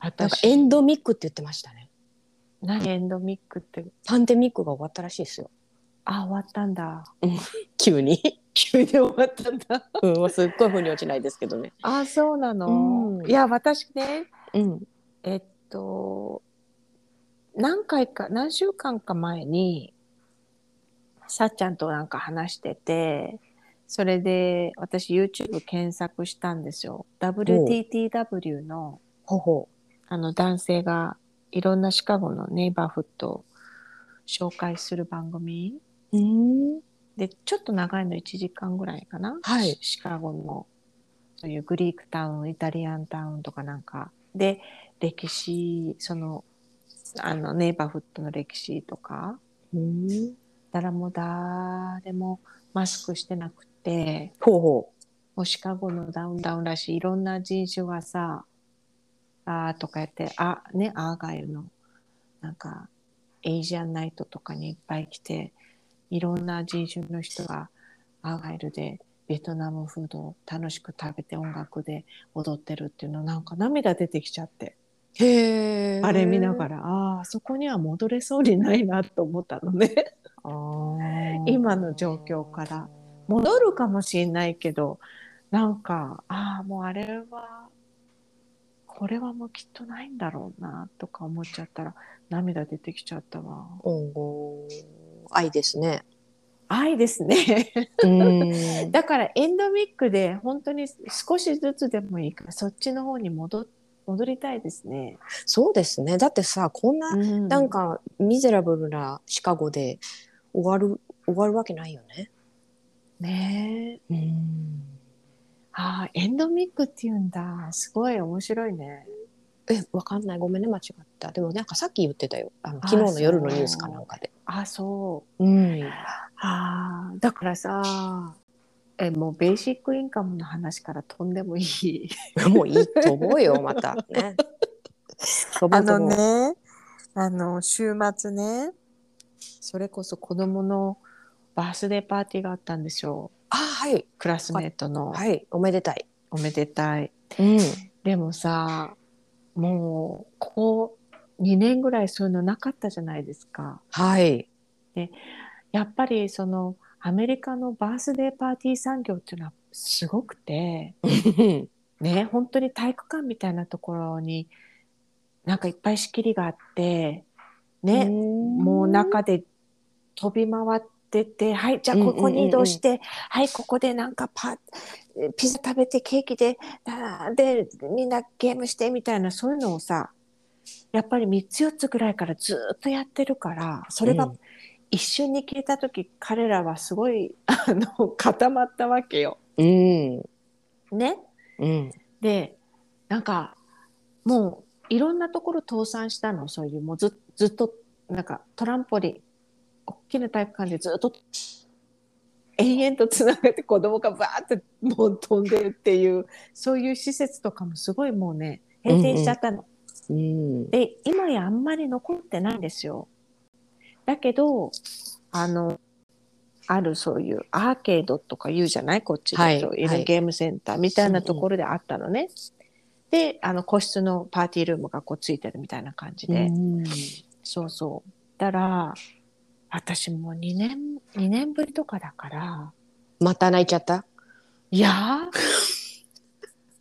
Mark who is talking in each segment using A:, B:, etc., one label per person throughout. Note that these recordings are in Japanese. A: かエンドミックって言ってましたね
B: 何エンドミックって
A: パンデミックが終わったらしいですよ
B: あ終わったんだ
A: 急に
B: 急に終わったんだ
A: うんまあすっごい腑に落ちないですけどね
B: あそうなの、
A: うん
B: いや私ね
A: うん
B: えっと何回か何週間か前にさっちゃんとなんか話しててそれで私 YouTube 検索したんですよ WTTW の
A: ほうほ
B: あの男性がいろんなシカゴのネイバーフッドを紹介する番組
A: ううん
B: でちょっと長いの1時間ぐらいかな、
A: はい
B: シカゴのそういうグリークタウンイタリアンタウンとかなんかで歴史そのあのネイバーフッドの歴史とか
A: うん
B: 誰も誰もマスクしてなくて
A: ほうほ
B: もうシカゴのダウンタウンらしいいろんな人種がさあーとかやってあねアーガイルのなんかエイジアンナイトとかにいっぱい来ていろんな人種の人がアーガイルでベトナムフードを楽しく食べて音楽で踊ってるっていうのなんか涙出てきちゃって
A: うへえ
B: あれ見ながらあーあそこには戻れそうにないなと思ったのね。今の状況から戻るかもしれないけどなんかああもうあれはこれはもうきっとないんだろうなとか思っちゃったら涙出てきちゃったわ
A: おー愛ですね。
B: 愛ですね
A: うん。
B: だからエンドミックで本当に少しずつでもいいからそっちの方に戻戻りたいですね、
A: そうですね。だってさ、こんな、
B: な
A: なんん
B: か
A: か、ミゼラブルなシカゴで終わる、終わるわけないよね。
B: ね
A: う
B: え
A: ん。
B: ああエンドミックっていうんだすごい面白いね
A: え、わかんない。ごめんね、間違った。でもなんかさっき言ってたよ。あの
B: あ
A: 昨日の夜のニュースかなんかで。
B: ああそう
A: うん。
B: ああだからさえもうベーシックインカムの話から飛んでもいい
A: もういいと思うよ、ま た。ね。飛ぼ
B: あ
A: う飛ぼ
B: の
A: う
B: ねあの週末ねそれこそ子供のバースデーパーティーがあったんでしょう
A: あ、はい。
B: クラスメートの、
A: はい。おめでたい。
B: おめでたい
A: うん。
B: でもさもうここ2年ぐらいそういうのなかったじゃないですか
A: はい。
B: やっぱりそのアメリカのバースデーパーティー産業っていうのはすごくてね、本当に体育館みたいなところになんかいっぱい仕切りがあって、ね、も
A: も
B: う中で飛び回ってて、はい、じゃあここに移動して、はい、ここでなんかパピザ食べてケーキで、あーで、みんなゲームしてみたいな、そういうのをさ、やっぱり3つ4つぐらいからずーっとやってるから、それが一瞬に消えた時、彼らはすごい、あの、固まったわけよ。
A: うん。
B: ね。
A: うん。
B: でなんかもういろんなところ倒産したのそういうもうずずっとなんかトランポリン大きな体育館でずっと延々とつながって子供がバーってもう飛んでるっていうそういう施設とかもすごいもうね閉店しちゃったの。
A: うん。
B: で今やあんまり残ってないんですよ。だけどあのあるそういうアーケードとか言うじゃないこっちだと、
A: はい
B: いる
A: はい
B: ゲームセンターみたいなところであったのね。であの個室のパーティールームがこうついてるみたいな感じで、
A: うん
B: そうそう。だから私もう2年2年ぶりとかだから
A: また泣いちゃった
B: いや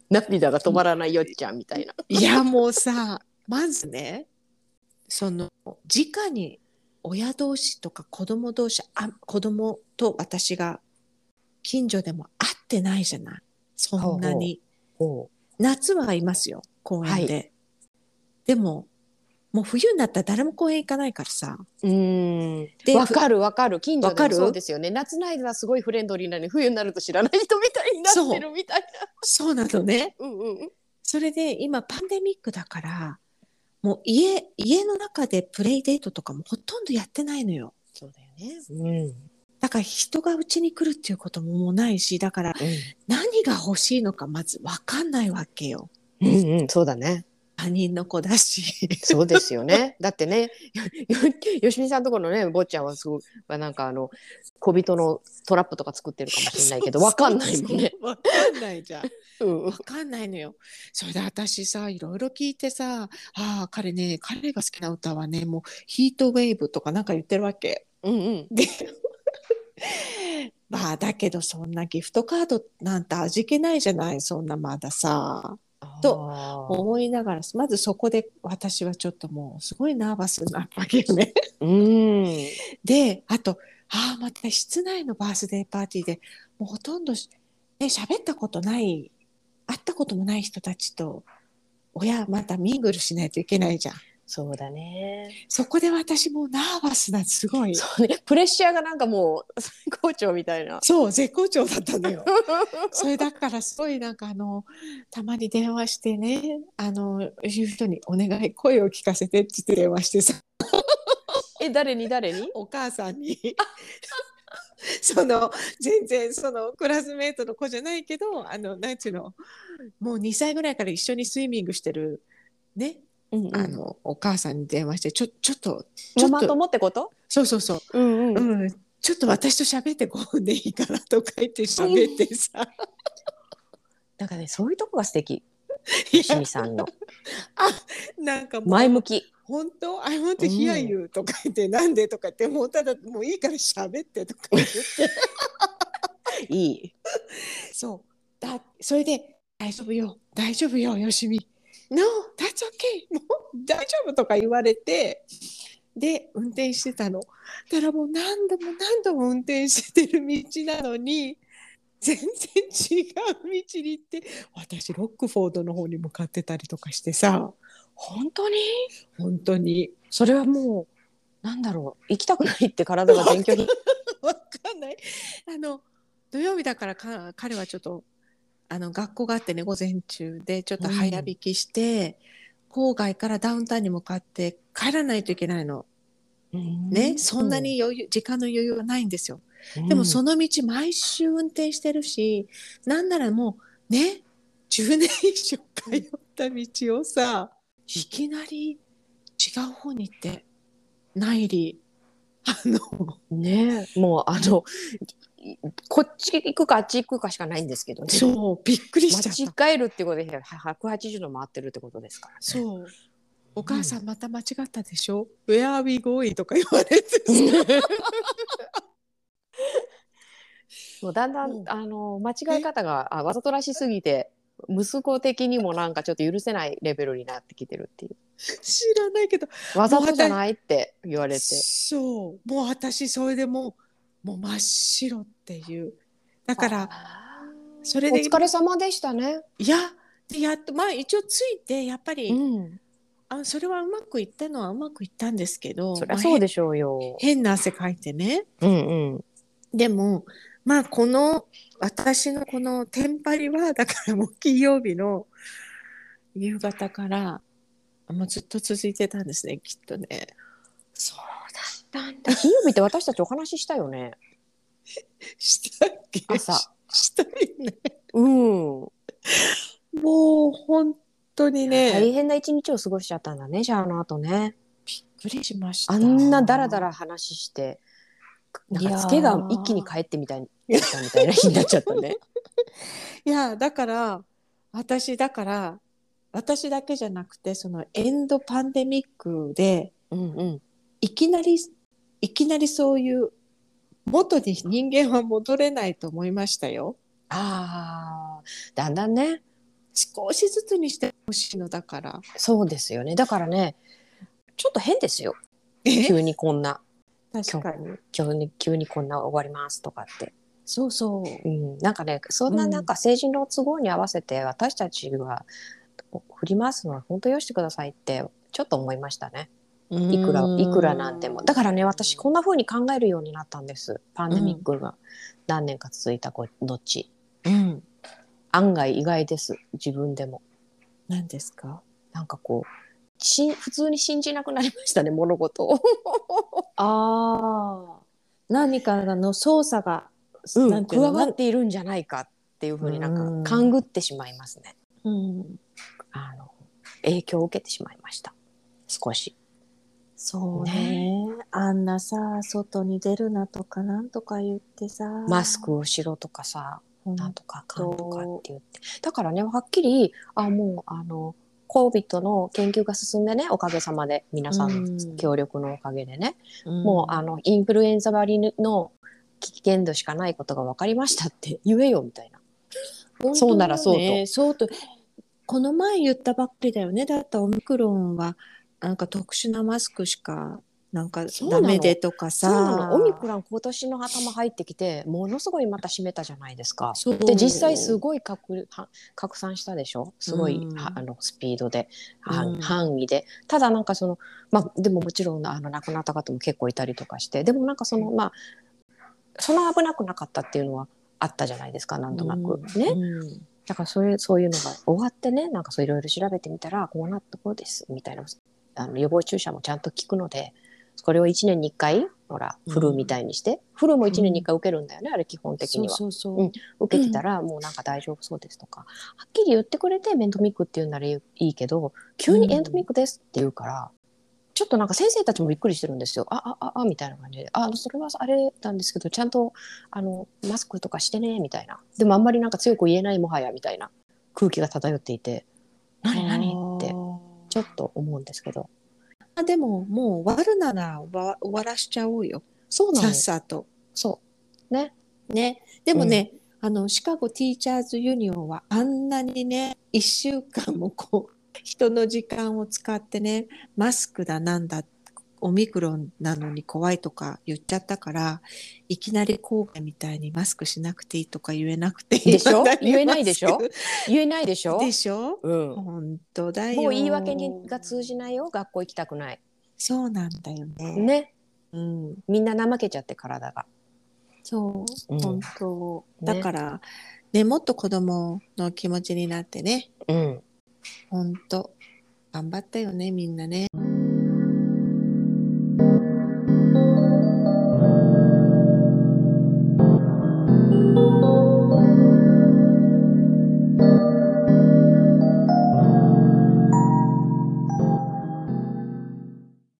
A: 涙が止まらないよっちゃんみたいな。
B: いやもうさまずねその直に親同士とか子供同士あ子供と私が近所でも会ってないじゃないそんなに
A: ほ
B: 夏はいますよ公園で、でももう冬になったら誰も公園行かないからさ
A: う。うん。
B: で
A: わかるわかる。近所
B: わか
A: でも
B: る
A: そうですよね。夏の間はすごいフレンドリーなのに、冬になると知らない人みたいになってるみたい
B: そうなのね
A: な。うんうん。
B: それで今パンデミックだからもう家家の中でプレイデートとかもほとんどやってないのよ
A: そうだよね。
B: だから人がうちに来るっていうことももうないし、だから何が欲しいのかまずわかんないわけよ。
A: うん。うんうん。そうだね。
B: 他人の子だし
A: そうですよね。だってね、よ よしみさんとこのね、坊ちゃんはすごい、まあなんかあの、小人のトラップとか作ってるかもしれない けど、わかんないもんね。
B: わかんないじゃん
A: うん
B: わかんないのよ。それで私さいろいろ聞いてさ「ああ彼ね彼が好きな歌はねもうヒートウェーブとかなんか言ってるわけ。
A: うんうん。
B: まあだけどそんなギフトカードなんて味気ないじゃないそんなまださと
A: と、
B: 思いながらまずそこで私はちょっともうすごいナーバスになったわけよね。
A: うん。
B: であとああまた室内のバースデーパーティーでもうほとんどしね喋ったことない会ったこともない人たちと親またミングルしないといけないじゃん。
A: そうだね。
B: そこで私もうナーバスだすごい
A: そうね。プレッシャーがなんかもう、最高潮みたいな。
B: そう絶好調だったの よそれだからすごいなんかあのたまに電話してねあのいう人に「お願い声を聞かせて」って言って電話してさ
A: え、誰に誰に
B: お母さんに その全然そのクラスメートの子じゃないけどあのなんていうのもう2歳ぐらいから一緒にスイミングしてるね、
A: うんうん
B: あのお母さんに電話して「ちょちょっとちょ
A: ママ
B: っと
A: 友ってこと
B: そうそうそ
A: う
B: う
A: んうん。
B: うん、ちょっと私と喋って5分でいいからとか言って喋ってさ、
A: なんかね、そういうとこが素敵。
B: い
A: よしみさん の。
B: や なんかもう
A: 前向き。
B: 本当「I want to hear you」とか言って「なんで?」とか言ってもうただもういいから喋ってとか言って
A: いい。
B: そうだそれで「大丈夫よ大丈夫よよしみ」「No that's okay もう大丈夫」とか言われてで運転してたのたらもう何度も何度も運転してる道なのに全然違う道に行って私ロックフォードの方に向かってたりとかしてさ
A: 本当に
B: 本当に
A: それはもう、なんだろう。行きたくないって体が勉強に。
B: わかんない。あの土曜日だからか彼はちょっとあの学校があってね午前中でちょっと早引きして、郊外からダウンタウンに向かって帰らないといけないのね、そんなに余裕時間の余裕はないんですよ。
A: うん、
B: でもその道毎週運転してるしなんならもうね10年以上通った道をさいきなり違う方に行って内裏あの。
A: ねえもうあのいこっち行くかあっち行くかしかないんですけどね
B: そう、びっくりし
A: 間
B: ちゃった。
A: 違えるってことでは180度回ってるってことですから、ね、う
B: そう。お母さんまた間違ったでしょ、?Where are we going? とか言われてさ
A: もうだんだん、
B: うん
A: あの間違え方があわざとらしすぎて息子的にもなんかちょっと許せないレベルになってきてるっていう
B: 知らないけど。
A: わざとじゃないって言われて
B: そう。もう私、それでもう、もう真っ白っていう。だから、
A: あー
B: それ
A: お
B: で、
A: 疲れ様でしたね、
B: いや、でやっと、まあ一応ついて、やっぱり、
A: うん、
B: あ、それはうまくいったのはうまくいったんですけど、
A: そりゃそう
B: まあ
A: でしょうよ、
B: 変変な汗かいてね。
A: うんう ん
B: でも、まあ、この、私のこのテンパリは、だからもう金曜日の夕方から、もうずっと続いてたんですね、きっとね。
A: そうだったんだ金曜日って私たちお話ししたよね
B: したっけ
A: 朝
B: ししたよね。
A: うん
B: もう、本当にね、
A: 大変な一日を過ごしちゃったんだねじゃああの後ね
B: びっくりしました。
A: あんなダラダラ話してなんかツケが一気に帰ってみたいみたいな日になっちゃったね
B: いや、だから、私、だから、私だけじゃなくて、そのエンドパンデミックで、
A: うんうん
B: いきなり、いきなりそういう、元に人間は戻れないと思いましたよ。
A: あーだんだんね
B: 少しずつにしてほしいのだから。
A: そうですよねだからねちょっと変ですよ急にこんな
B: 確かに。
A: 急に急にこんな終わりますとかって、
B: そうそう。
A: うん、なんかねそんな
B: うん
A: なんか成人の都合に合わせて私たちは振り回すのは本当よしてくださいってちょっと思いましたねいくらいくらなんでもだからね私こんな風に考えるようになったんですパンデミックが何年か続いたこどっち
B: うん。
A: 案外意外です自分でも
B: 何ですか
A: なんかこうし普通に信じなくなりましたね物事を、
B: ああ。何かの操作が、なんてい
A: 加
B: うの
A: わっているんじゃないかっていう風になん
B: うん
A: か勘ぐってしまいますね
B: うん。
A: あの影響を受けてしまいました少し。
B: そうねあんなさ外に出るなとかなんとか言ってさ
A: マスクをしろとかさ
B: ほん
A: なんとかかんとかって言ってだからねはっきりあもうあの COVID の研究が進んでねおかげさまで皆さん
B: うん
A: の協力のおかげでね、
B: うん
A: もうあのインフルエンザ割りの危険度しかないことが分かりましたって言えよみたいな。
B: 本当
A: そうならそうと
B: ねそうとこの前言ったばっかりだよねだったらオミクロンはなんか特殊なマスクしかなんか
A: そうな
B: ダ
A: の
B: メでとか
A: そうな
B: さ
A: のオミクロン今年の頭入ってきてものすごいまた締めたじゃないですか。
B: そう
A: で実際すごい拡は拡散したでしょすごい、
B: うん
A: はあのスピードで、は
B: うん
A: 範囲でただなんかその、まあ、でももちろんあの亡くなった方も結構いたりとかしてでもなんかそのまあその危なくなかったっていうのはあったじゃないですかなんとなく、
B: うん
A: ね
B: うん
A: だからそれそういうのが終わってねなんかそういろいろ調べてみたらこうなったこうですみたいなあの予防注射もちゃんと効くのでこれを1年に1回ほらフルみたいにして、フルも1年に1回受けるんだよね、あれ基本的には。
B: そうそうそ
A: う
B: う、
A: ん受けてたらもうなんか大丈夫そうですとか、はっきり言ってくれてメントミックって言うならいいけど急にエントミックですって言うから、ちょっとなんか先生たちもびっくりしてるんですよああああみたいな感じであそれはあれなんですけどちゃんとあのマスクとかしてねみたいなでもあんまりなんか強く言えないもはやみたいな空気が漂っていて何何ってちょっと思うんですけど
B: あでももう終わるなら終わ終わらしちゃおうよ
A: そうな
B: さ
A: の
B: っさと
A: そ
B: ねでもね、あのシカゴティーチャーズユニオンはあんなにね1週間もこう 人の時間を使ってねマスクだなんだオミクロンなのに怖いとか言っちゃったからいきなり郊外みたいにマスクしなくていいとか言えなくていい
A: でしょ
B: まだに
A: 言えないでしょ
B: マス
A: う言えないでしょ
B: クでしょ
A: うん、も
B: 本当だ
A: う
B: よ
A: 言い訳にが通じないよ学校行きたくない
B: そうなんだよね
A: ね
B: うん、
A: みんな怠けちゃって体が。
B: そう、
A: うん
B: 本当
A: ね
B: だからねもっと子供の気持ちになってね
A: うん。
B: 本当頑張ったよねみんなね。うん